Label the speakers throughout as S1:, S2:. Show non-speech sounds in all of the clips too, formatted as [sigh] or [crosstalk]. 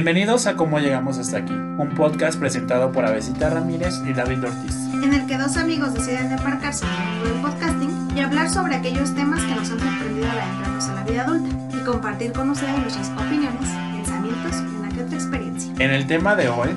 S1: Bienvenidos a Cómo Llegamos Hasta Aquí, un podcast presentado por Avesita Ramírez y David Ortiz.
S2: en el que dos amigos deciden embarcarse en el mundo del podcasting y hablar sobre aquellos temas que nos han sorprendido al adentrarnos a la vida adulta y compartir con ustedes nuestras opiniones, pensamientos y una que otra experiencia.
S1: En el tema de hoy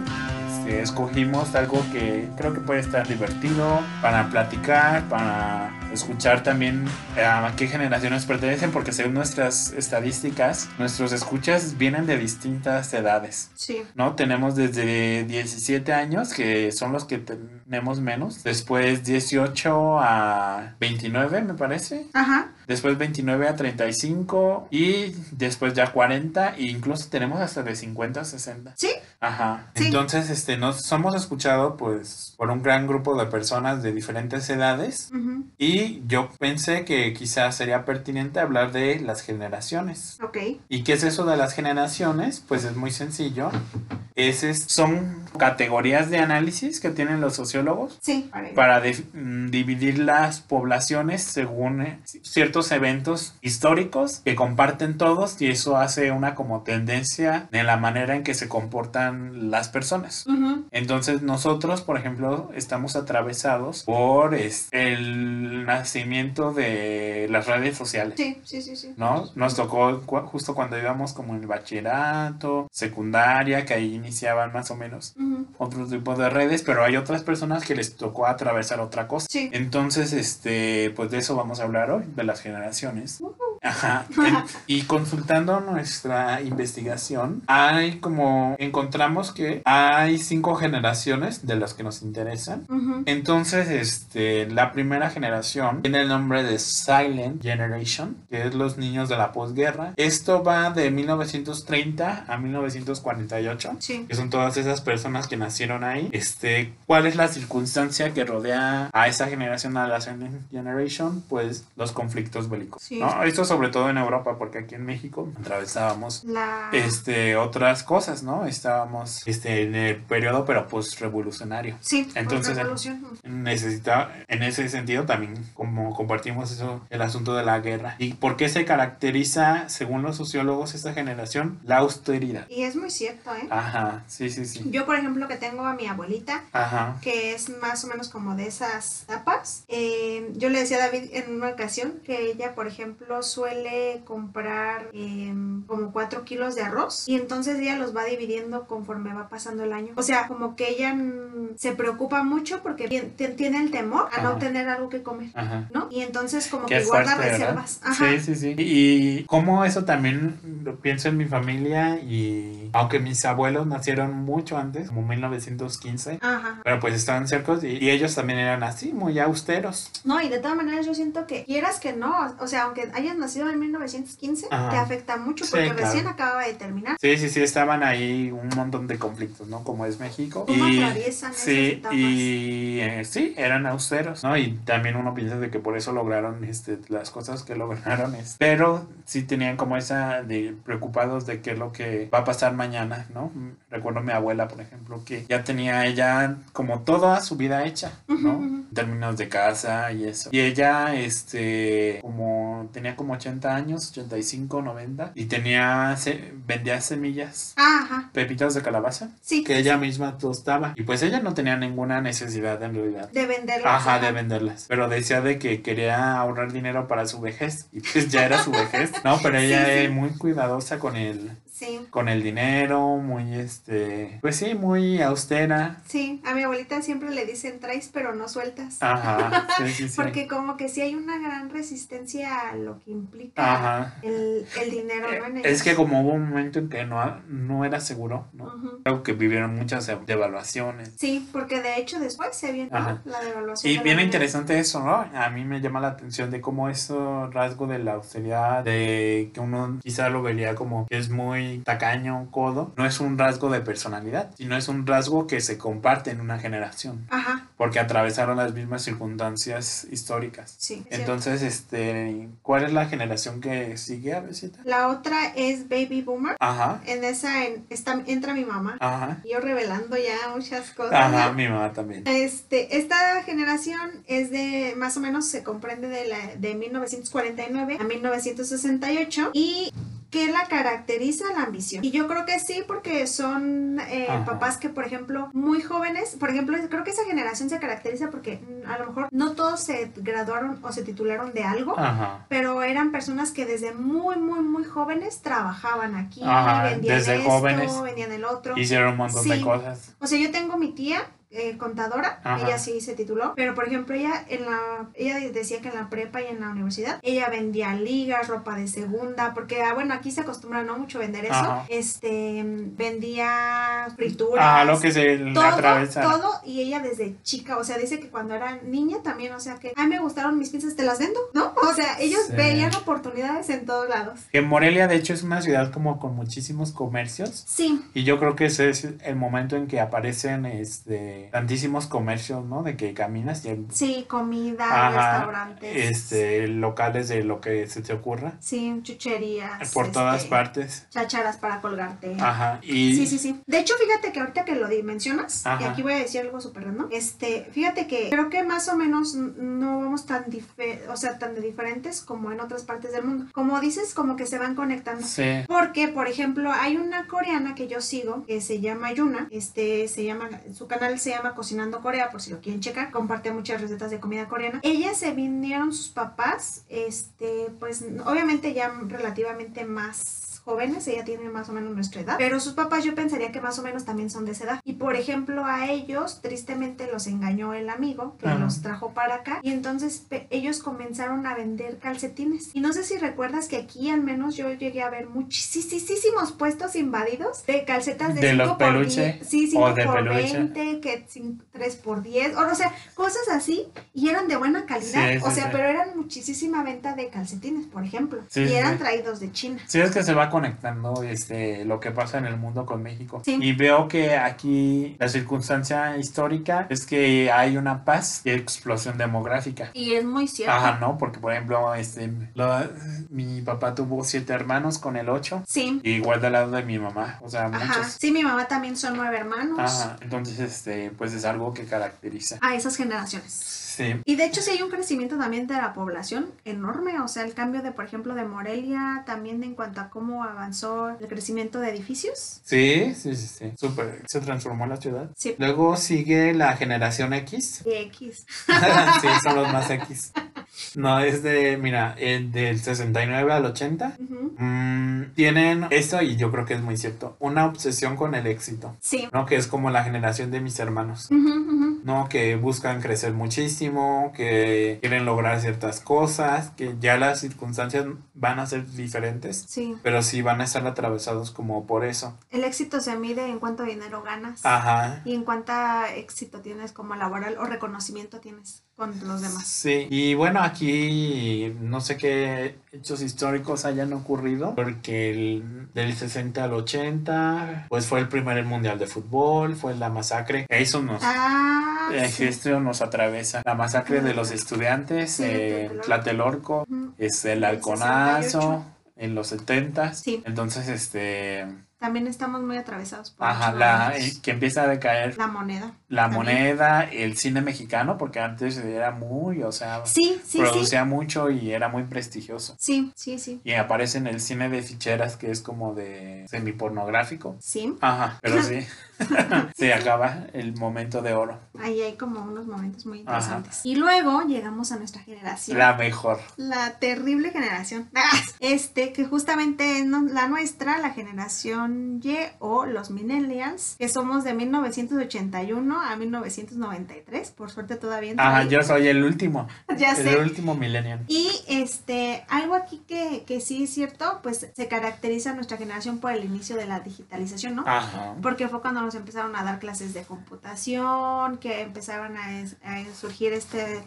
S1: este, escogimos algo que creo que puede estar divertido para platicar, para escuchar también eh, a qué generaciones pertenecen, porque según nuestras estadísticas, nuestros escuchas vienen de distintas edades.
S2: Sí.
S1: ¿no? Tenemos desde 17 años, que son los que tenemos menos. Después 18 a 29, me parece.
S2: Ajá.
S1: Después 29 a 35 y después ya 40 e incluso tenemos hasta de 50 a 60.
S2: Sí.
S1: Ajá.
S2: Sí.
S1: Entonces, este, nos hemos escuchado pues por un gran grupo de personas de diferentes edades
S2: Ujú.
S1: y yo pensé que quizás sería pertinente hablar de las generaciones.
S2: Ok.
S1: ¿Y qué es eso de las generaciones? Pues es muy sencillo. Es, es- son categorías de análisis que tienen los sociólogos
S2: Sí. Vale.
S1: para def- mm, dividir las poblaciones según eh, ciertos eventos históricos que comparten todos y eso hace una como tendencia en la manera en que se comportan las personas.
S2: Ujú.
S1: Entonces nosotros, por ejemplo, estamos atravesados por es- el nacimiento de las redes sociales.
S2: Sí, sí, sí, sí.
S1: ¿no? Nos tocó cu- justo cuando íbamos como en el bachillerato, secundaria, que ahí iniciaban más o menos
S2: Ujú.
S1: otro tipo de redes, pero hay otras personas que les tocó atravesar otra cosa.
S2: Sí.
S1: Entonces, este, pues de eso vamos a hablar hoy, de las generaciones. Ajá. En- y consultando nuestra investigación, hay como encontramos que hay cinco generaciones de las que nos interesan.
S2: Ujú.
S1: Entonces, este, la primera generación tiene el nombre de Silent Generation, que es los niños de la posguerra. Esto va de 1930 a 1948,
S2: Sí.
S1: que son todas esas personas que nacieron ahí. Este, ¿cuál es la circunstancia que rodea a esa generación, a la Silent Generation? Pues los conflictos bélicos,
S2: Sí.
S1: ¿no? Esto sobre todo en Europa, porque aquí en México atravesábamos
S2: La.
S1: este otras cosas, ¿no? Estábamos este en el periodo pero post revolucionario.
S2: Sí.
S1: entonces-
S2: otra revolución.
S1: Necesita, en ese sentido también, como compartimos eso, el asunto de la guerra. ¿Y por qué se caracteriza, según los sociólogos, esta generación? La austeridad.
S2: Y es muy cierto, ¿eh?
S1: Ajá, sí, sí, Ah, sí.
S2: Yo, por ejemplo, que tengo a mi abuelita,
S1: Ajá,
S2: que es más o menos como de esas tapas. Eh, yo le decía a David en una ocasión que ella, por ejemplo, suele comprar eh, como 4 kilos de arroz y entonces ella los va dividiendo conforme va pasando el año. O sea, como que ella mm, se preocupa mucho porque tien- tien- tiene el temor a
S1: Ajá.
S2: no tener algo que comer.
S1: ajá.
S2: ¿No? Y entonces como
S1: Qué
S2: que guarda
S1: fuerte, ¿verdad?
S2: reservas. Ajá.
S1: Sí, sí, sí. Y como eso también lo pienso en mi familia y aunque mis abuelos nacieron mucho antes, como 1915,
S2: Ajá.
S1: pero pues estaban cercos y, y ellos también eran así, muy austeros.
S2: No, y de todas maneras yo siento que quieras que no, o sea, aunque hayas nacido en 1915,
S1: Ajá.
S2: te afecta mucho
S1: Sí,
S2: porque
S1: claro.
S2: recién acaba de terminar.
S1: Sí, sí, sí, estaban ahí un montón de conflictos, ¿no? Como es México.
S2: ¿Cómo atraviesan esas
S1: sí,
S2: etapas?
S1: y eh, sí, eran austeros, ¿no? Y también uno piensa de que por eso lograron este, las cosas que [laughs] lograron. este, Pero sí tenían como esa de preocupados de qué es lo que va a pasar mañana, ¿no? Recuerdo a mi abuela, por ejemplo, que ya tenía ella como toda su vida hecha, ¿no?
S2: Ujú, ujú.
S1: En términos de casa y eso. Y ella, este, como tenía como 80 años, 85, 90, y tenía, se- vendía semillas,
S2: Ajá,
S1: pepitas de calabaza
S2: sí.
S1: que ella misma tostaba. Y pues ella no tenía ninguna necesidad en realidad.
S2: De venderlo.
S1: Ajá, de venderlas. Pero decía de que quería ahorrar dinero para su vejez. Y pues ya era su
S2: [laughs]
S1: vejez. No, pero ella
S2: Sí, sí.
S1: es muy cuidadosa con el,
S2: Sí,
S1: con el dinero, muy este. Pues sí, muy austera.
S2: sí. A mi abuelita siempre le dicen traes, pero no sueltas.
S1: Ajá. Sí, Ah, sí, sí.
S2: Porque como que sí hay una gran resistencia a lo que implica
S1: Ajá. Eh,
S2: el, el dinero, ¿no? En
S1: Es que
S2: ellos.
S1: como hubo un momento en que no, no era seguro, ¿no?
S2: Ujú.
S1: Creo que vivieron muchas devaluaciones.
S2: Sí, porque de hecho después se viene
S1: Ajá.
S2: la devaluación.
S1: Y
S2: de la
S1: bien
S2: moneda.
S1: interesante eso, ¿no? A mí me llama la atención de cómo eso rasgo de la austeridad, de que uno quizá lo vería como que es muy tacaño, codo, no es un rasgo de personalidad, sino es un rasgo que se comparte en una generación,
S2: Ajá,
S1: porque atravesaron las mismas circunstancias históricas.
S2: sí. es cierto.
S1: Entonces, este, ¿cuál es la generación que sigue a visita?
S2: La otra es Baby Boomer.
S1: Ajá,
S2: En esa en- está, entra mi mamá.
S1: ajá,
S2: Yo revelando ya muchas cosas.
S1: ajá,
S2: ¿no?
S1: mi mamá también.
S2: Este, esta generación es de, más o menos se comprende de, la, de 1949 a 1968 y ¿Qué la caracteriza la ambición? Y yo creo que sí, porque son eh,
S1: Ajá.
S2: papás que, por ejemplo, muy jóvenes, por ejemplo, creo que esa generación se caracteriza porque mm, a lo mejor no todos se graduaron o se titularon de algo,
S1: Ajá.
S2: pero eran personas que desde muy, muy, muy jóvenes trabajaban aquí,
S1: Ajá,
S2: vendían
S1: desde
S2: esto,
S1: jóvenes.
S2: vendían el otro.
S1: Hicieron un montón de
S2: Sí.
S1: cosas.
S2: O sea, yo tengo mi tía eh, contadora,
S1: Ajá.
S2: ella sí se tituló, pero por ejemplo ella en la ella decía que en la prepa y en la universidad ella vendía ligas, ropa de segunda, porque ah, bueno, aquí se acostumbra no mucho vender eso.
S1: Ajá.
S2: Este, mm, vendía frituras.
S1: Ajá, lo que se le
S2: Todo,
S1: atraviesa.
S2: todo, y ella desde chica, o sea, dice que cuando era niña también, o sea, que, ay, me gustaron mis pinzas, te las vendo, ¿no? O sea, ellos
S1: Sí.
S2: veían oportunidades en todos lados.
S1: Que Morelia, de hecho, es una ciudad como con muchísimos comercios.
S2: Sí,
S1: Y yo creo que ese es el momento en que aparecen este, tantísimos comercios, ¿no? De que caminas y hay
S2: sí, comida,
S1: Ajá,
S2: restaurantes.
S1: este, locales de lo que se te ocurra.
S2: Sí, chucherías.
S1: Por todas
S2: este,
S1: partes.
S2: Chacharas para colgarte.
S1: Ajá. Ah, Y
S2: Sí, sí, sí. De hecho, fíjate que ahorita que lo di- mencionas, y
S1: Ajá.
S2: aquí voy a decir algo súper random, este, fíjate que creo que más o menos n- no vamos tan, dife- o sea, tan de diferentes como en otras partes del mundo. Como dices, como que se van conectando.
S1: sí.
S2: Porque, por ejemplo, hay una coreana que yo sigo que se llama Yuna. Este se llama, su canal se llama Cocinando Corea, por si lo quieren checar. Comparte muchas recetas de comida coreana. Ella se vinieron sus papás, este, pues obviamente ya relativamente más jóvenes, ella tiene más o menos nuestra edad, pero sus papás yo pensaría que más o menos también son de esa edad. Y por ejemplo a ellos tristemente los engañó el amigo que
S1: Ajá.
S2: los trajo para acá y entonces pe- ellos comenzaron a vender calcetines. Y no sé si recuerdas que aquí al menos yo llegué a ver muchísimos puestos invadidos de calcetas de,
S1: De
S2: 5
S1: los
S2: por
S1: peluche,
S2: 10, sí,
S1: o
S2: 5
S1: de
S2: por
S1: peluche.
S2: 20, que 3 por 10, o no sé, cosas así y eran de buena calidad,
S1: Sí,
S2: o
S1: sí,
S2: sea,
S1: sí.
S2: pero eran muchísima venta de calcetines, por ejemplo,
S1: Sí,
S2: y
S1: sí,
S2: eran
S1: sí.
S2: traídos de China.
S1: Sí, es que se va conectando este, lo que pasa en el mundo con México.
S2: Sí.
S1: Y veo que aquí la circunstancia histórica es que hay una paz y explosión demográfica.
S2: Y es muy cierto.
S1: Ajá, ¿no? Porque, por ejemplo, este, la- mi papá tuvo siete hermanos con el ocho,
S2: Sí.
S1: y igual del lado de mi mamá, o sea,
S2: Ajá.
S1: muchos.
S2: Sí, mi mamá también son nueve hermanos.
S1: Ajá, entonces, este, pues es algo que caracteriza.
S2: A esas generaciones.
S1: Sí,
S2: Y de hecho sí hay un crecimiento también de la población enorme, o sea, el cambio de, por ejemplo, de Morelia, también en cuanto a cómo avanzó el crecimiento de edificios.
S1: sí, sí, sí, sí. Súper, se transformó la ciudad.
S2: Sí.
S1: Luego sigue la generación X, [laughs]
S2: Y X.
S1: sí, son los más X. No, es de, mira, eh, del 69 al 80.
S2: Ujú.
S1: Mm, tienen eso y yo creo que es muy cierto, una obsesión con el éxito,
S2: Sí.
S1: ¿no? Que es como la generación de mis hermanos,
S2: Ujú, ujú.
S1: ¿no? Que buscan crecer muchísimo, que quieren lograr ciertas cosas, que ya las circunstancias van a ser diferentes,
S2: Sí.
S1: pero sí van a estar atravesados como por eso.
S2: El éxito se mide en cuánto dinero ganas.
S1: Ajá.
S2: Y en cuánta éxito tienes como laboral o reconocimiento tienes con los demás.
S1: Sí, y bueno, aquí no sé qué hechos históricos hayan ocurrido, porque el- del 60 al 80, pues fue el primer mundial de fútbol, fue la masacre. Eso nos,
S2: Ah,
S1: el
S2: sí.
S1: registro nos atravesa. La masacre de los estudiantes,
S2: Sí, de
S1: eh,
S2: Tlatelolco.
S1: Tlatelolco,
S2: Ujú.
S1: es el
S2: Del
S1: halconazo
S2: 68.
S1: en los 70s.
S2: Sí.
S1: Entonces, este,
S2: También estamos muy atravesados por
S1: ajá,
S2: los
S1: la,
S2: momentos.
S1: eh, que empieza a decaer
S2: La moneda.
S1: la
S2: también.
S1: moneda, el cine mexicano, porque antes era muy, o sea
S2: Sí, sí, sí.
S1: producía mucho y era muy prestigioso.
S2: Sí, sí, sí.
S1: Y aparece en el cine de ficheras que es como de semipornográfico.
S2: Sí,
S1: Ajá, pero sí. [laughs] Se acaba el momento de oro.
S2: ahí hay como unos momentos muy
S1: Ajá.
S2: interesantes. Y luego llegamos a nuestra generación.
S1: La mejor.
S2: La terrible generación. [laughs] Este, que justamente es no- la nuestra, la generación Y o los millennials, que somos de 1981 a 1993. Por suerte todavía. entra
S1: Ajá,
S2: ahí.
S1: yo soy el último.
S2: [laughs] ya
S1: El último millennial.
S2: Y este, algo aquí que, que sí es cierto, pues se caracteriza nuestra generación por el inicio de la digitalización, ¿no?
S1: Ajá.
S2: Porque fue cuando nos empezaron a dar clases de computación, que empezaron a, es- a surgir este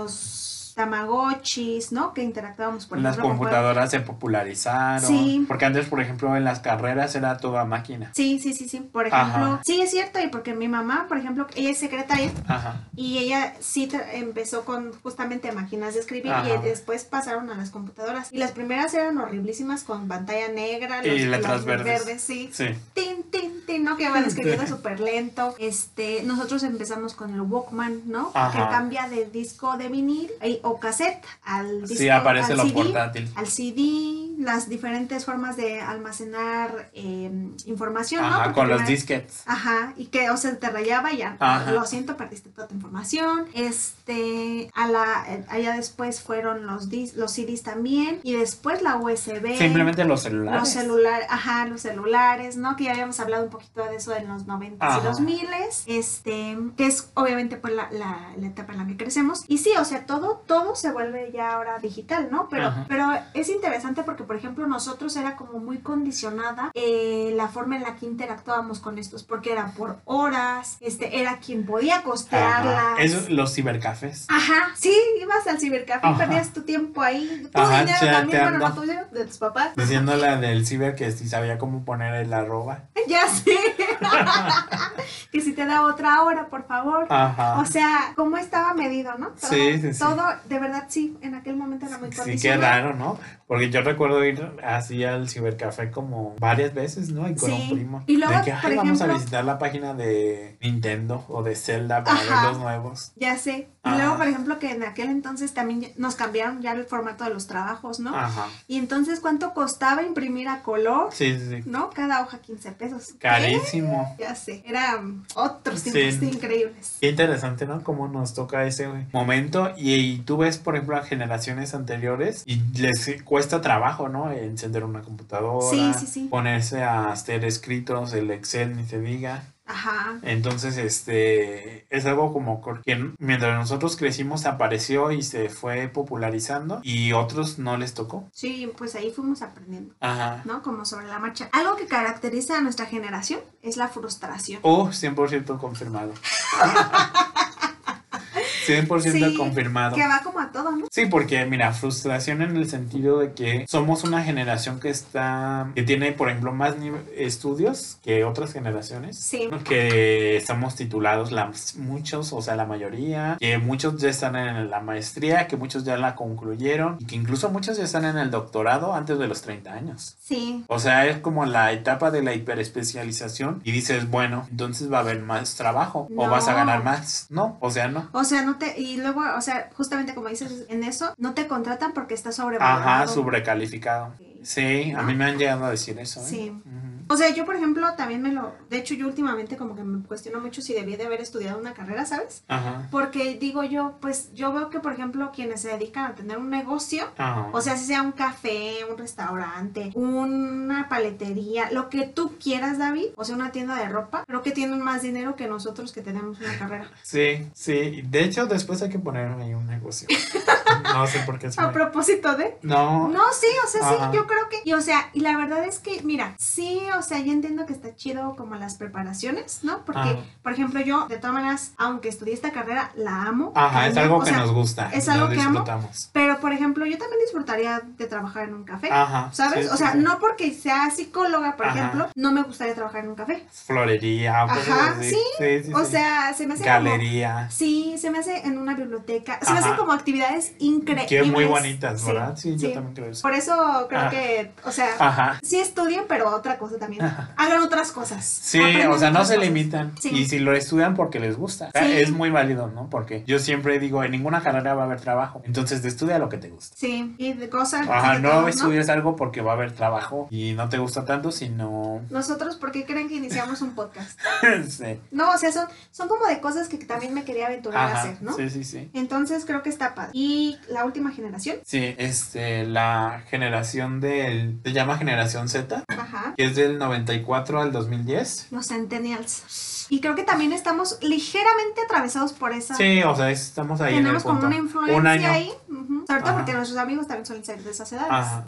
S2: los tamagotchis, ¿no? Que interactuábamos por
S1: Las
S2: ejemplo, con juegos.
S1: computadoras se popularizaron.
S2: Sí.
S1: Porque antes, por ejemplo, en las carreras era toda máquina.
S2: Sí, sí, sí, sí. Por ejemplo,
S1: Ajá.
S2: sí es cierto, y porque mi mamá, por ejemplo, ella es secretaria
S1: Ajá.
S2: y ella sí tra- empezó con justamente máquinas de escribir
S1: Ajá.
S2: y después pasaron a las computadoras. Y las primeras eran horriblísimas con pantalla negra,
S1: Y letras verdes.
S2: verdes, sí.
S1: Sí.
S2: tin, tin, tin, ¿no? Que van escribiendo súper lento. Este, nosotros empezamos con el Walkman, ¿no?
S1: Ajá.
S2: Que cambia de disco de vinil eh, o cassette al disco
S1: Sí, aparece
S2: al
S1: lo
S2: CD,
S1: portátil.
S2: al CD, sí, las diferentes formas de almacenar eh, información, ¿no?
S1: Ajá,
S2: Porque
S1: con los
S2: primero-
S1: disquets.
S2: Ajá, y que, o sea, te rayaba y ya,
S1: Ajá.
S2: lo siento, perdiste toda tu información. Este, a la, eh, allá después fueron los, dis, los CDs también, y después la USB.
S1: Simplemente los celulares.
S2: Los celulares, ajá, los celulares, ¿no? Que ya habíamos hablado un poquito de eso en los 90
S1: Ajá.
S2: y los 2000 este, que es obviamente pues la, la- la etapa en la que crecemos. Y sí, o sea, todo, todo se vuelve ya ahora digital, ¿no? Pero,
S1: Ajá.
S2: pero es interesante porque, por ejemplo, nosotros era como muy condicionada eh, la forma en la que interactuábamos con estos, porque era por horas, este, era quien podía
S1: Ajá.
S2: costearlas.
S1: Esos- los cibercafés.
S2: Ajá, sí, ibas al cibercafé y
S1: Ajá.
S2: perdías tu tiempo ahí, tu
S1: Ajá,
S2: dinero también, bueno,
S1: chateando.
S2: no tuyo, de tus papás.
S1: Diciendo la del ciber que si sabía cómo poner el arroba.
S2: Ya sé. [laughs] que si te da otra hora, por favor.
S1: Ajá.
S2: O sea, cómo estaba medido, ¿no? Todo,
S1: Ah. Sí, sí, sí.
S2: todo, de verdad, sí, en aquel momento era muy
S1: Sí, qué
S2: condicionado.
S1: raro, ¿no? Porque yo recuerdo ir así al cibercafé como varias veces, ¿no? Y con
S2: Sí.
S1: un primo.
S2: Y luego,
S1: de que,
S2: por
S1: "Ay, vamos a
S2: ejemplo-
S1: visitar la página de Nintendo o de Zelda para
S2: Ajá.
S1: ver los nuevos.
S2: Ya sé. Y
S1: Ah.
S2: luego, por ejemplo, que en aquel entonces también ya- nos cambiaron ya el formato de los trabajos, ¿no?
S1: Ajá.
S2: Y entonces, ¿cuánto costaba imprimir a color?
S1: Sí, sí, sí.
S2: ¿No? Cada hoja 15 pesos. ¿Qué?
S1: Carísimo.
S2: Ya sé. Eran otros
S1: Sí.
S2: tiempos increíbles.
S1: Qué interesante, ¿no? Cómo nos toca ese momento. Y, y tú ves, por ejemplo, a generaciones anteriores y les cuesta trabajo, ¿no? Encender una computadora,
S2: Sí, sí, sí.
S1: ponerse a hacer escritos, el Excel, ni se diga.
S2: Ajá.
S1: Entonces, este es algo como que mientras nosotros crecimos apareció y se fue popularizando y otros no les tocó.
S2: Sí, pues ahí fuimos aprendiendo.
S1: Ajá.
S2: ¿no? Como sobre la marcha. Algo que caracteriza a nuestra generación es la frustración.
S1: Oh, 100% confirmado. [laughs] 100%
S2: Sí,
S1: confirmado.
S2: Que va como a todo, ¿no?
S1: Sí, porque mira, frustración en el sentido de que somos una generación que está, que tiene, por ejemplo, más nive- estudios que otras generaciones.
S2: Sí.
S1: que estamos titulados la- muchos, o sea, la mayoría, que muchos ya están en la maestría, que muchos ya la concluyeron y que incluso muchos ya están en el doctorado antes de los 30 años.
S2: Sí.
S1: O sea, es como la etapa de la hiperespecialización y dices, bueno, entonces va a haber más trabajo o
S2: No.
S1: vas a ganar más. No, o sea, no.
S2: O sea, no te. Y luego, o sea, justamente como dices en eso, no te contratan porque estás sobrevalorado.
S1: Ajá, sobrecalificado. Sí, a mí me han llegado a decir eso. ¿eh?
S2: Sí.
S1: Ujú.
S2: O sea, yo, por ejemplo, también me lo. De hecho, yo últimamente como que me cuestiono mucho si debí de haber estudiado una carrera, ¿sabes?
S1: Ajá.
S2: Porque digo yo, pues yo veo que, por ejemplo, quienes se dedican a tener un negocio,
S1: Ajá.
S2: O sea, si sea un café, un restaurante, una paletería, lo que tú quieras, David, o sea, una tienda de ropa, creo que tienen más dinero que nosotros que tenemos una carrera.
S1: Sí, sí. De hecho, después hay que ponerme ahí un
S2: [laughs]
S1: negocio. No sé por qué es
S2: A propósito de...
S1: No,
S2: No, sí, o sea, sí,
S1: Ajá.
S2: yo creo que... Y o sea, y la verdad es que, mira, sí, o sea, yo entiendo que está chido como las preparaciones, ¿no? Porque,
S1: Ajá.
S2: por ejemplo, yo, de todas maneras, aunque estudié esta carrera, la amo.
S1: Ajá, es
S2: cañón,
S1: algo
S2: o
S1: que
S2: sea,
S1: nos gusta.
S2: es
S1: lo
S2: algo que amo.
S1: disfrutamos.
S2: Pero, por ejemplo, yo también disfrutaría de trabajar en un café.
S1: Ajá.
S2: ¿eh? ¿Sabes?
S1: Ah, sí,
S2: o
S1: sí,
S2: sea,
S1: sí.
S2: no porque sea psicóloga, por
S1: Ajá.
S2: ejemplo, no me gustaría trabajar en un café.
S1: Florería, cosas
S2: Ajá,
S1: así.
S2: sí,
S1: sí, sí,
S2: O
S1: sí.
S2: sea, se me hace
S1: galería.
S2: como... Sí, se me hace en una biblioteca. Se me
S1: Ajá.
S2: hacen como actividades increíbles.
S1: Que muy bonitas,
S2: Sí,
S1: ¿verdad? Sí, yo
S2: sí.
S1: también Ah. creo eso.
S2: Por eso creo
S1: Ajá.
S2: que, o sea,
S1: Ajá.
S2: sí estudien, pero otra cosa también.
S1: Ajá.
S2: Hagan otras cosas.
S1: Ah. Sí,
S2: Aprendan
S1: o sea, no
S2: otras
S1: se
S2: cosas.
S1: limitan.
S2: Sí.
S1: Y si lo estudian porque les gusta. O sea,
S2: Sí.
S1: Es muy válido, ¿no? Porque yo siempre digo, en ninguna carrera va a haber trabajo. Entonces, estudia lo que te gusta.
S2: Sí, y de cosas...
S1: Ajá,
S2: de
S1: no
S2: todo,
S1: estudias algo porque va a haber trabajo y no te gusta tanto, sino... [laughs] este,
S2: Nosotros, ¿por qué creen que iniciamos un podcast?
S1: sí.
S2: No, o sea, son, son como de cosas que también me quería aventurar a
S1: Ajá,
S2: hacer, ¿no?
S1: sí, sí, sí.
S2: Entonces creo que está padre. Y la última generación.
S1: Sí, este, la generación del... Se llama generación Z,
S2: Ajá.
S1: que es del 94 al 2010.
S2: Los centennials. Y creo que también estamos ligeramente atravesados por esa.
S1: Sí, o sea, es- estamos ahí en el
S2: Tenemos
S1: punto.
S2: como una influencia
S1: Un año.
S2: ahí. ujú. Sobre todo
S1: Ajá.
S2: porque nuestros amigos también suelen ser de esas edades.
S1: Ajá.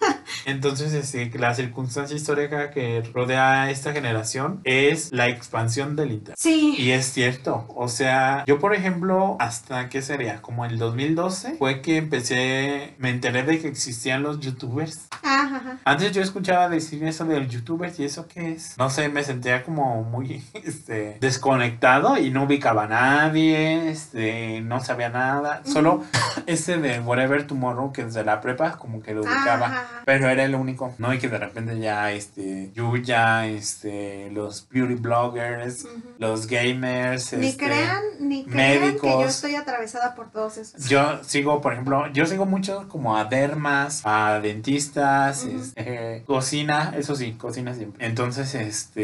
S1: Entonces, este, la circunstancia histórica que rodea a esta generación es la expansión del Internet.
S2: Sí.
S1: Y es cierto, o sea, yo por ejemplo, hasta qué sería, como el 2012 fue que empecé, me enteré de que existían los youtubers.
S2: Ajá, ajá.
S1: Antes yo escuchaba decir eso del youtubers y es ¿eso qué es? No sé, me sentía como muy [laughs] este, desconectado y no ubicaba a nadie, este, no sabía nada. Solo ese de Whatever Tomorrow, que desde la prepa como que lo ubicaba.
S2: Ajá.
S1: Pero era el único, ¿no? Y que de repente ya, este, Yuya, este, los beauty bloggers,
S2: Ujú.
S1: los gamers,
S2: ni
S1: este,
S2: crean, ni crean que yo
S1: médicos.
S2: estoy atravesada por todos esos.
S1: yo sigo, por ejemplo, yo sigo mucho como a dermas, a dentistas,
S2: Ujú.
S1: este, cocina, eso sí, cocina siempre. Entonces,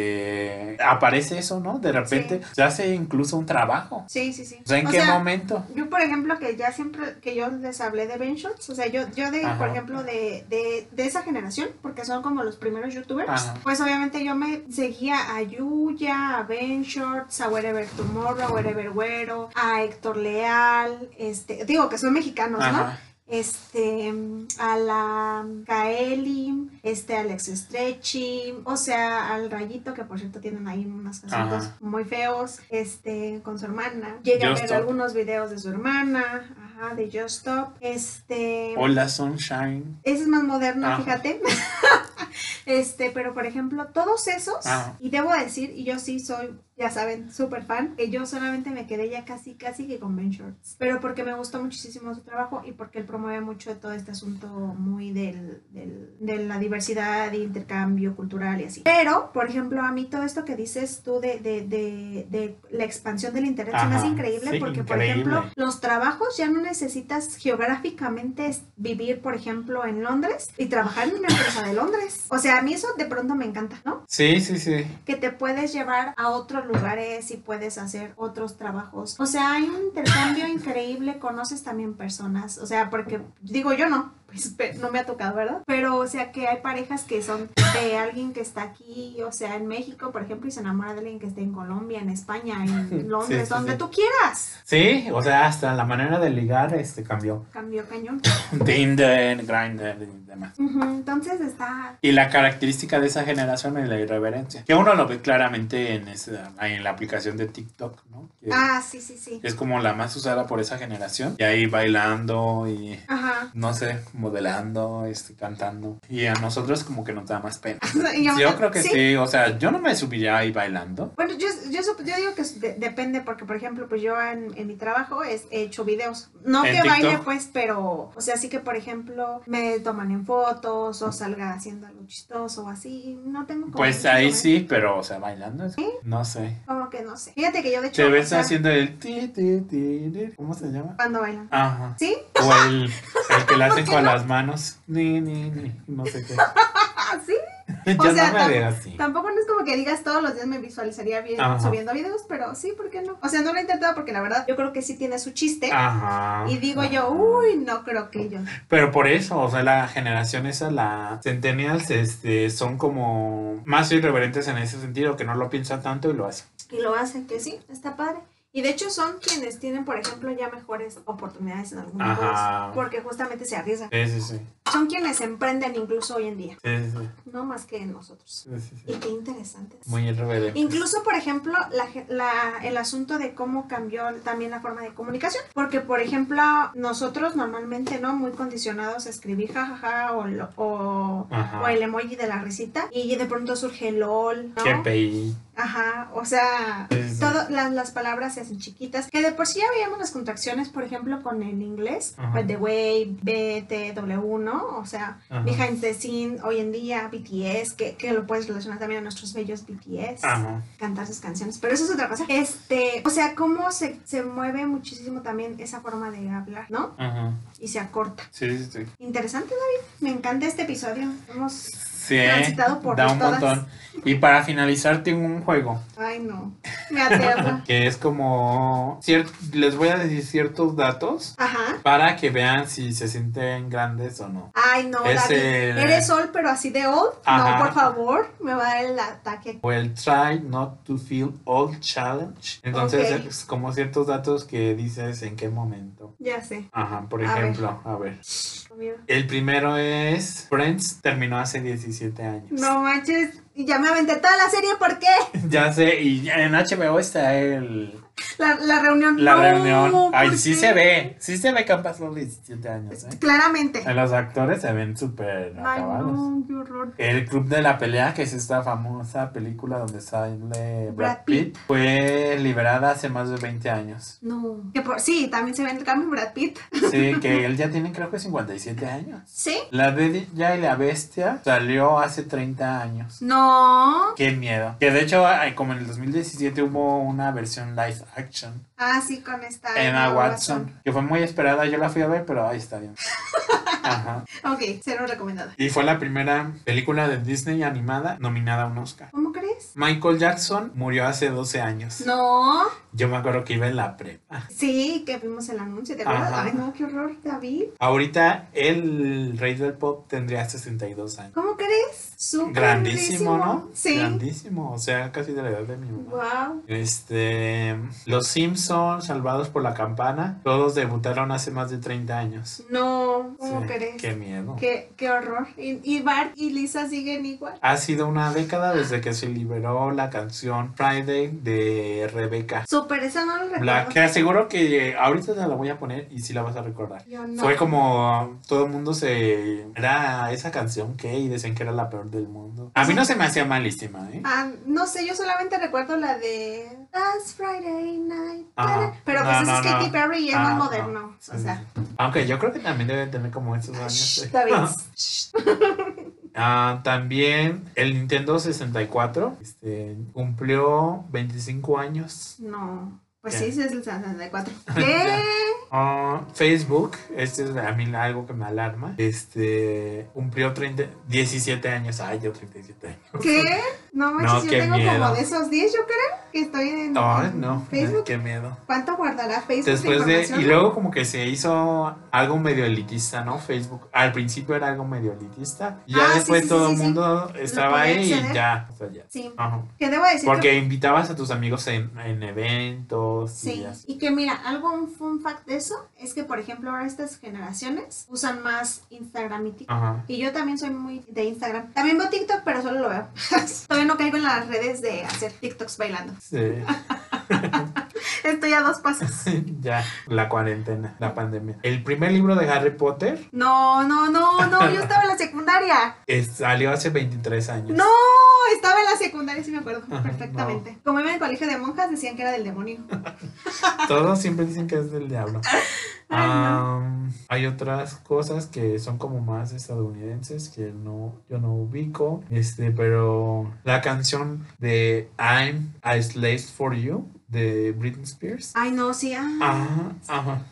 S1: este, aparece eso, ¿no? De repente se hace incluso un trabajo.
S2: Sí, sí, sí.
S1: O sea, Pues, ¿en
S2: O
S1: qué
S2: sea,
S1: momento?
S2: Yo, por ejemplo, que ya siempre, que yo les hablé de Ben Shorts, o sea, yo, yo de,
S1: Ajá.
S2: por ejemplo, de, de, de esa generación, porque son como los primeros youtubers,
S1: Ajá.
S2: pues obviamente yo me seguía a Yuya, a Ben Shorts, a Wherever Tomorrow, a Wherever Güero, a Héctor Leal, este, digo que son mexicanos, ¿no?
S1: Ajá.
S2: Este, a la Kaeli, este, Alex Stretchy, o sea, al Rayito, que por cierto tienen ahí unas casitas
S1: Ajá.
S2: muy feos, este, con su hermana. Llegué a
S1: Just
S2: ver
S1: Stop.
S2: algunos videos de su hermana, ajá, de Just Stop, este...
S1: Hola, Sunshine.
S2: Ese es más moderno,
S1: Ajá.
S2: fíjate. [laughs] este, pero por ejemplo, todos esos,
S1: Ajá.
S2: y debo decir, y yo sí soy, ya saben, súper fan, que yo solamente me quedé ya casi, casi que con Ben Shorts. Pero porque me gustó muchísimo su trabajo y porque él promueve mucho todo este asunto muy del, del- de la diversidad, de intercambio cultural y así. Pero, por ejemplo, a mí todo esto que dices tú de, de, de, de la expansión del internet se me hace
S1: Ajá,
S2: increíble
S1: sí,
S2: porque, por
S1: increíble.
S2: ejemplo, los trabajos ya no necesitas geográficamente es- vivir, por ejemplo, en Londres y trabajar en una empresa de Londres. O sea, a mí eso de pronto me encanta, ¿no?
S1: Sí, sí, sí.
S2: Que te puedes llevar a otros lugares y puedes hacer otros trabajos. O sea, hay un
S1: [laughs]
S2: intercambio increíble, conoces también personas. O sea, porque digo yo no, pues pe- no me ha tocado, ¿verdad? Pero, o sea, que hay parejas que son de alguien que está aquí, o sea, en México, por ejemplo, y se enamora de alguien que esté en Colombia, en España, en
S1: [laughs]
S2: Londres,
S1: sí,
S2: donde
S1: sí.
S2: tú quieras.
S1: Sí, o sea, hasta la manera de ligar este cambió.
S2: Cambió cañón.
S1: Tinder, Grindr y demás.
S2: Ujú, Entonces está
S1: Y la característica de esa generación es la irreverencia. Que uno lo ve claramente en, esa- en la aplicación de TikTok, ¿no? Que
S2: Ah, sí, sí, sí.
S1: Es como la más usada por esa generación. Y ahí bailando y,
S2: Ajá. [laughs]
S1: no sé, modelando, este, cantando. Y a nosotros como que nos da más pena.
S2: Y
S1: Yo creo que
S2: sí.
S1: sí. o sea, yo no me subiría ahí bailando.
S2: Bueno, yo, yo, sup- yo digo que es- de- depende, porque por ejemplo, pues yo en, en mi trabajo es- he hecho videos. No que
S1: ¿En
S2: baile,
S1: TikTok?
S2: pues, pero, o sea, sí que por ejemplo me toman en fotos o salga haciendo algo chistoso o así. No tengo como.
S1: Pues
S2: mucho, ¿eh?
S1: ahí sí, pero, o sea, bailando, es- no sé.
S2: Como que no sé. Fíjate que yo de hecho.
S1: Te
S2: o
S1: ves
S2: sea,
S1: haciendo el ti, ti, ti, ti, ¿cómo se llama?
S2: Cuando bailan.
S1: Ajá.
S2: ¿Sí?
S1: O
S2: [laughs]
S1: el, el que le hacen con las manos. Ni, ni, ni, no sé
S2: [laughs]
S1: qué.
S2: Ah, sí. O
S1: Yo
S2: sea,
S1: no me
S2: tam-
S1: veo así.
S2: Tampoco no es como que digas todos los días me visualizaría bien
S1: Ajá.
S2: subiendo videos, pero sí, ¿por qué no? O sea, no lo he intentado porque la verdad yo creo que sí tiene su chiste.
S1: Ah, Ajá.
S2: Y digo
S1: Ajá.
S2: yo, uy, no creo que yo.
S1: Pero por eso, o sea, la generación esa, la Centennials, este, son como más irreverentes en ese sentido, que no lo piensan tanto y lo hacen.
S2: Y lo hacen, que sí, está padre. Y de hecho son quienes tienen, por ejemplo, ya mejores oportunidades en algunos lados,
S1: Ajá.
S2: porque justamente se arriesgan.
S1: Sí, sí, sí.
S2: Son quienes emprenden incluso hoy en día,
S1: Sí, sí, sí.
S2: no más que nosotros.
S1: Sí, sí,
S2: Y
S1: sí.
S2: qué interesante.
S1: Muy irreverente.
S2: Incluso, por ejemplo, la, ge- la- el asunto de cómo cambió también la forma de comunicación. Porque, por ejemplo, nosotros normalmente, ¿no? Muy condicionados a escribir jajaja o, lo- o,
S1: Ajá.
S2: o el emoji de la risita. Y de pronto surge el LOL, ¿no?
S1: Qué peí.
S2: Ajá, o sea,
S1: Sí, sí.
S2: todas las, las palabras se hacen chiquitas, que de por sí ya veíamos las contracciones, por ejemplo, con el inglés,
S1: Ajá.
S2: by the way, BTW, ¿no? O sea,
S1: Ajá.
S2: behind the scene, hoy en día, BTS, que, que lo puedes relacionar también a nuestros bellos BTS,
S1: Ajá.
S2: cantar sus canciones, pero eso es otra cosa. Este, o sea, cómo se, se mueve muchísimo también esa forma de hablar, ¿no?
S1: Ajá.
S2: Y se acorta.
S1: Sí, sí, sí.
S2: Interesante, David, me encanta este episodio. Hemos...
S1: Sí, eh,
S2: Transitado por
S1: da un
S2: todas.
S1: montón. Y para finalizar, tengo un juego
S2: Ay, no,
S1: [laughs]
S2: me aterra.
S1: que es como. cier- Les voy a decir ciertos datos
S2: Ajá.
S1: para que vean si se sienten grandes o no.
S2: Ay, no,
S1: Es
S2: David.
S1: el-
S2: Eres old, pero así de old.
S1: Ajá.
S2: No, por favor, me va a dar el ataque.
S1: o el Try Not to Feel Old Challenge. Entonces,
S2: Ok.
S1: es como ciertos datos que dices en qué momento.
S2: Ya sé,
S1: Ajá, por
S2: A ver.
S1: ejemplo, a ver.
S2: conmigo.
S1: El primero es Friends terminó hace 17 años. [laughs]
S2: No manches, y ya me aventé toda la serie, ¿por qué?
S1: Ya sé, y en HBO está el
S2: La, la reunión.
S1: La
S2: No,
S1: reunión.
S2: ¿por
S1: Ay, sí
S2: qué?
S1: se ve. Sí se ve que han pasado 17 años, ¿eh?
S2: Claramente.
S1: A [laughs] Los actores se ven súper
S2: Ay,
S1: acabados.
S2: no, qué horror.
S1: El Club de la Pelea, que es esta famosa película donde sale Brad
S2: Brad
S1: Pitt, fue liberada hace más de 20 años.
S2: No. Que por, sí, también se ve el cambio Brad Pitt.
S1: Sí, [laughs] que él ya tiene creo que 57 años.
S2: ¿Sí?
S1: La de Dilla y la Bestia salió hace 30 años.
S2: No.
S1: Qué miedo. Que de hecho, ay, como en el 2017 hubo una versión live action
S2: Ah, sí, con esta.
S1: en Emma
S2: Emma
S1: Watson, que fue muy esperada. Yo la fui a ver, pero ahí está [laughs] bien. Ajá.
S2: Ok, cero recomendada.
S1: Y fue la primera película de Disney animada nominada a un Oscar.
S2: ¿Cómo crees?
S1: Michael Jackson murió hace 12 años.
S2: No.
S1: Yo me acuerdo que iba en la prepa.
S2: Sí, que vimos el anuncio, ¿te acuerdas?
S1: Ajá.
S2: Ay, no, qué horror, David.
S1: Ahorita el rey del pop tendría 62 años.
S2: ¿Cómo crees? Súper
S1: Grandísimo, ¿no?
S2: Sí.
S1: Grandísimo, o sea, casi de la edad de mi mamá.
S2: Wow.
S1: Este, Los Simpsons, Salvados por la Campana, todos debutaron hace más de 30 años.
S2: No, ¿cómo
S1: Sí,
S2: crees?
S1: Qué miedo.
S2: Qué, qué horror. Y, y Bart y Lisa siguen igual.
S1: Ha sido una década desde que se liberó la canción Friday de Rebeca
S2: Súper, esa no lo recuerdo.
S1: Black. Te aseguro que ahorita te la voy a poner y sí la vas a recordar.
S2: Yo no.
S1: Fue como todo el mundo se. Era esa canción que y decían que era la peor del mundo. A mí no se me hacía malísima, ¿eh?
S2: Ah, no sé, yo solamente recuerdo la de Last Friday Night.
S1: Ajá.
S2: Pero
S1: Ah, No,
S2: pues eso
S1: no,
S2: es
S1: no.
S2: Katy Perry y es
S1: Ah,
S2: más
S1: no.
S2: moderno. O sea,
S1: Aunque yo creo que también debe tener como estos años. ¿eh?
S2: shh, David. shh.
S1: [laughs] Ah, también el Nintendo 64 este, cumplió 25 años.
S2: No. Pues
S1: Ya.
S2: sí, sí, es
S1: [laughs]
S2: el 64. ¿Qué?
S1: Ah, Facebook, este es a mí algo que me alarma, este, cumplió 30, 17 años. Ay, yo 37 años.
S2: ¿Qué? No manches,
S1: No,
S2: yo
S1: qué
S2: tengo
S1: miedo.
S2: como de esos 10, yo creo, que estoy en
S1: Ay, no,
S2: Facebook.
S1: qué miedo.
S2: ¿Cuánto guardará Facebook de
S1: Después de.
S2: información?
S1: Y luego, como que se hizo algo medio elitista, ¿no? Facebook. Al principio era algo medio elitista. Y ya
S2: Ah, sí,
S1: después
S2: sí,
S1: todo
S2: sí,
S1: el
S2: sí.
S1: mundo estaba
S2: podía
S1: ahí y
S2: acceder.
S1: ya. o sea, ya.
S2: Sí.
S1: Ajá.
S2: ¿Qué debo decir?
S1: Porque invitabas a tus amigos en, en eventos
S2: que- Sí,
S1: y así.
S2: y que mira, algo, un fun fact de eso es que, por ejemplo, ahora estas generaciones usan más Instagram y TikTok.
S1: Ajá.
S2: Y yo también soy muy de Instagram. También veo TikTok, pero solo lo veo. [laughs] Todavía no caigo en las redes de hacer TikToks bailando.
S1: Sí.
S2: [laughs]
S1: [laughs]
S2: Estoy a dos pasos.
S1: ya. La cuarentena, la pandemia. El primer libro de Harry Potter
S2: No, no, no, no, yo estaba en la secundaria.
S1: es- salió hace 23 años.
S2: No, estaba en la secundaria, sí me acuerdo
S1: Ajá,
S2: perfectamente. Como iba en el colegio de monjas, decían que era del demonio.
S1: Todos siempre dicen que es del diablo.
S2: [laughs] Ay, no.
S1: Am, hay otras cosas que son como más estadounidenses que no yo no ubico. Este, pero la canción de I'm a Slave for You de Britney Spears.
S2: Ay, no, sí, ah.
S1: Ajá, ajá.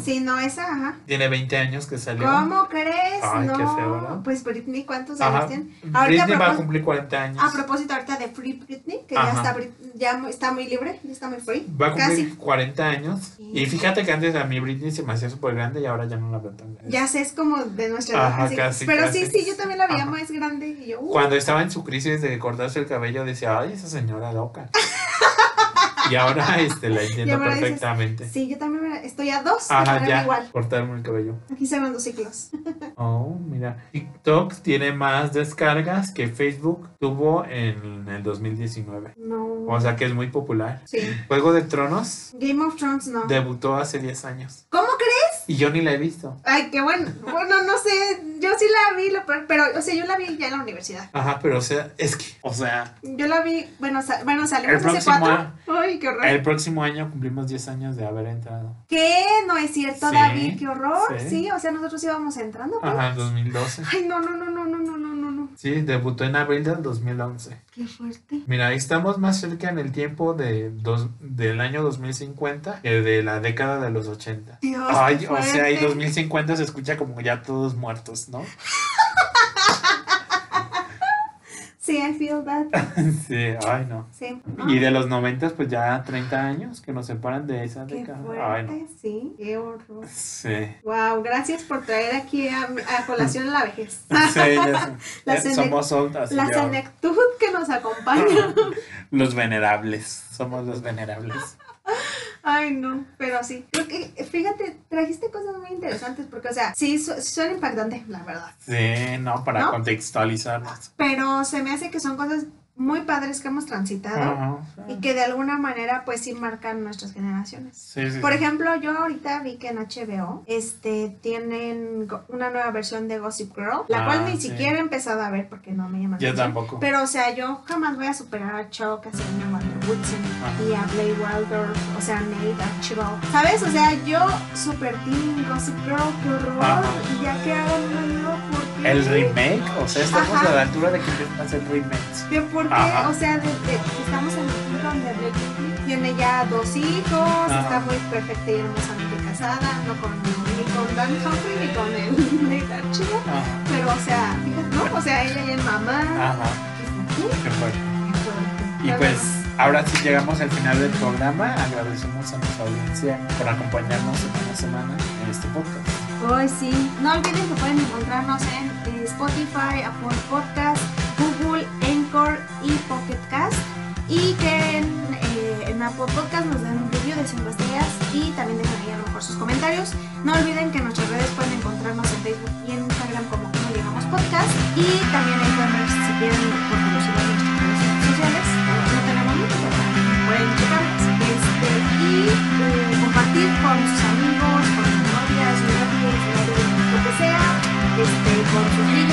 S2: Sí, no, esa, ajá.
S1: Tiene 20 años que salió.
S2: ¿Cómo crees?
S1: Ay,
S2: no.
S1: qué feo, ¿verdad?
S2: Pues Britney, ¿cuántos
S1: Ajá.
S2: años tiene? Ahorita
S1: Britney va a
S2: propós-
S1: cumplir 40 años.
S2: A propósito ahorita de Free Britney, que
S1: Ajá.
S2: ya está, Brit- ya mu- está muy libre, ya está muy free.
S1: Va a cumplir
S2: Casi.
S1: 40 años.
S2: Sí.
S1: Y fíjate que antes a mí Britney se me hacía súper grande y ahora ya no la veo tan grande.
S2: Ya sé, es como de nuestra edad.
S1: Ajá,
S2: así.
S1: casi,
S2: Pero sí,
S1: casi.
S2: sí, yo también la veía
S1: Ajá.
S2: más grande y yo, uh,
S1: Cuando estaba en su crisis de cortarse el cabello, decía, ay, esa señora
S2: [laughs]
S1: loca. y ahora este, la
S2: Y
S1: entiendo
S2: ahora dices,
S1: perfectamente.
S2: "Uh, sí, yo también me- estoy a dos, de
S1: Ajá,
S2: ponerme
S1: ya,
S2: igual.
S1: cortarme el cabello.
S2: Aquí se van los ciclos.
S1: Oh, mira. TikTok tiene más descargas que Facebook tuvo en el 2019.
S2: No.
S1: O sea que es muy popular.
S2: sí.
S1: Juego de Tronos
S2: Game of Thrones, no.
S1: debutó hace 10 años.
S2: ¿Cómo crees?
S1: Y yo ni la he visto.
S2: Ay, qué bueno. Bueno, no sé, yo sí la vi, lo peor- pero, o sea, yo la vi ya en la universidad.
S1: Ajá, pero o sea, es que. O sea,
S2: Yo la vi, bueno, sa- bueno
S1: El
S2: salimos hace
S1: próximo
S2: cuatro. Ay, qué horror.
S1: el próximo año cumplimos 10 años de haber entrado.
S2: ¿Qué? No es cierto,
S1: Sí,
S2: David, qué horror.
S1: sí.
S2: Sí. o sea, nosotros íbamos entrando. pues.
S1: Ajá, en 2012.
S2: Ay, no, no, no, no, no, no, no, no, no.
S1: Sí, debutó en abril del 2011.
S2: Qué fuerte.
S1: Mira, estamos más cerca en el tiempo de dos- del año 2050 que de la década de los 80.
S2: Dios,
S1: Ay,
S2: qué
S1: o sea, y
S2: fuerte.
S1: 2050 se escucha como ya todos muertos,
S2: [laughs]
S1: ¿no?
S2: Sí, I feel that.
S1: Sí, ay, no. [laughs]
S2: Sí.
S1: Y de los 90, pues ya 30 años que nos separan de esa
S2: Qué
S1: década.
S2: fuerte,
S1: Ay, no.
S2: sí. Qué horror. [laughs]
S1: Sí.
S2: Wow, gracias por traer aquí a, a colación la
S1: [laughs]
S2: vejez.
S1: Sí, ya sé.
S2: La
S1: Ya
S2: sene-
S1: somos old, así
S2: La
S1: que-
S2: senectud que nos acompaña.
S1: [laughs] los venerables. Somos los venerables.
S2: Ay, no, pero sí. Creo que, fíjate, trajiste cosas muy interesantes porque, o sea, sí, su- son impactantes, la verdad.
S1: Sí, no, para
S2: ¿No?
S1: contextualizarnos.
S2: Pero se me hace que son cosas muy padres que hemos transitado
S1: Ajá.
S2: y que de alguna manera pues sí marcan nuestras generaciones.
S1: Sí, sí,
S2: Por
S1: sí.
S2: ejemplo, yo ahorita vi que en HBO este, tienen go- una nueva versión de Gossip Girl, la
S1: Ah,
S2: cual ni
S1: sí.
S2: siquiera he empezado a ver porque no me llama la
S1: Yo
S2: atención.
S1: tampoco.
S2: Pero, o sea, yo jamás voy a superar a Chuck, a Serena Wonder Woodson
S1: Ajá.
S2: y a Blake Waldorf, o sea, Nate, a Chival. ¿Sabes? O sea, yo super team Gossip Girl, qué horror.
S1: Ajá.
S2: Y ya que hagan uno nuevo, ¿por qué?
S1: Ah. El remake, o sea, estamos
S2: Ajá.
S1: a la altura de que empiezan a hacer remakes.
S2: ¿De por qué?
S1: Ajá.
S2: O sea, de- de- estamos en el punto donde Blake tiene ya dos hijos, está muy perfecta y hermosamente casada, no con, ni con Dan Humphrey ni con el [laughs] Nate Archibald.
S1: Ajá.
S2: Pero, o sea, fíjate, ¿no? O sea, ella ya es mamá.
S1: Ajá.
S2: ¿qué?
S1: Qué fuerte. Ah. Y
S2: Pero
S1: pues
S2: bueno.
S1: ahora sí llegamos al final del programa. Agradecemos a nuestra audiencia por acompañarnos semana a semana en este podcast.
S2: Hoy sí. No olviden que pueden encontrarnos en eh, Spotify, Apple Podcast, Google, Anchor y Pocket Cast. Y que en, eh, en Apple Podcast nos den un review de 5 estrellas y también dejen ahí a lo mejor sus comentarios. No olviden que en nuestras redes pueden encontrarnos en Facebook y en Instagram como Como Llegamos Podcast. Y también ahí pueden ver si quieren por curiosidad nuestras redes sociales. No tenemos mucho, pero pueden checarlas. Este, y eh, compartir con sus amigos, con sus novias, sus novios, lo que sea, este, con sus niños pues,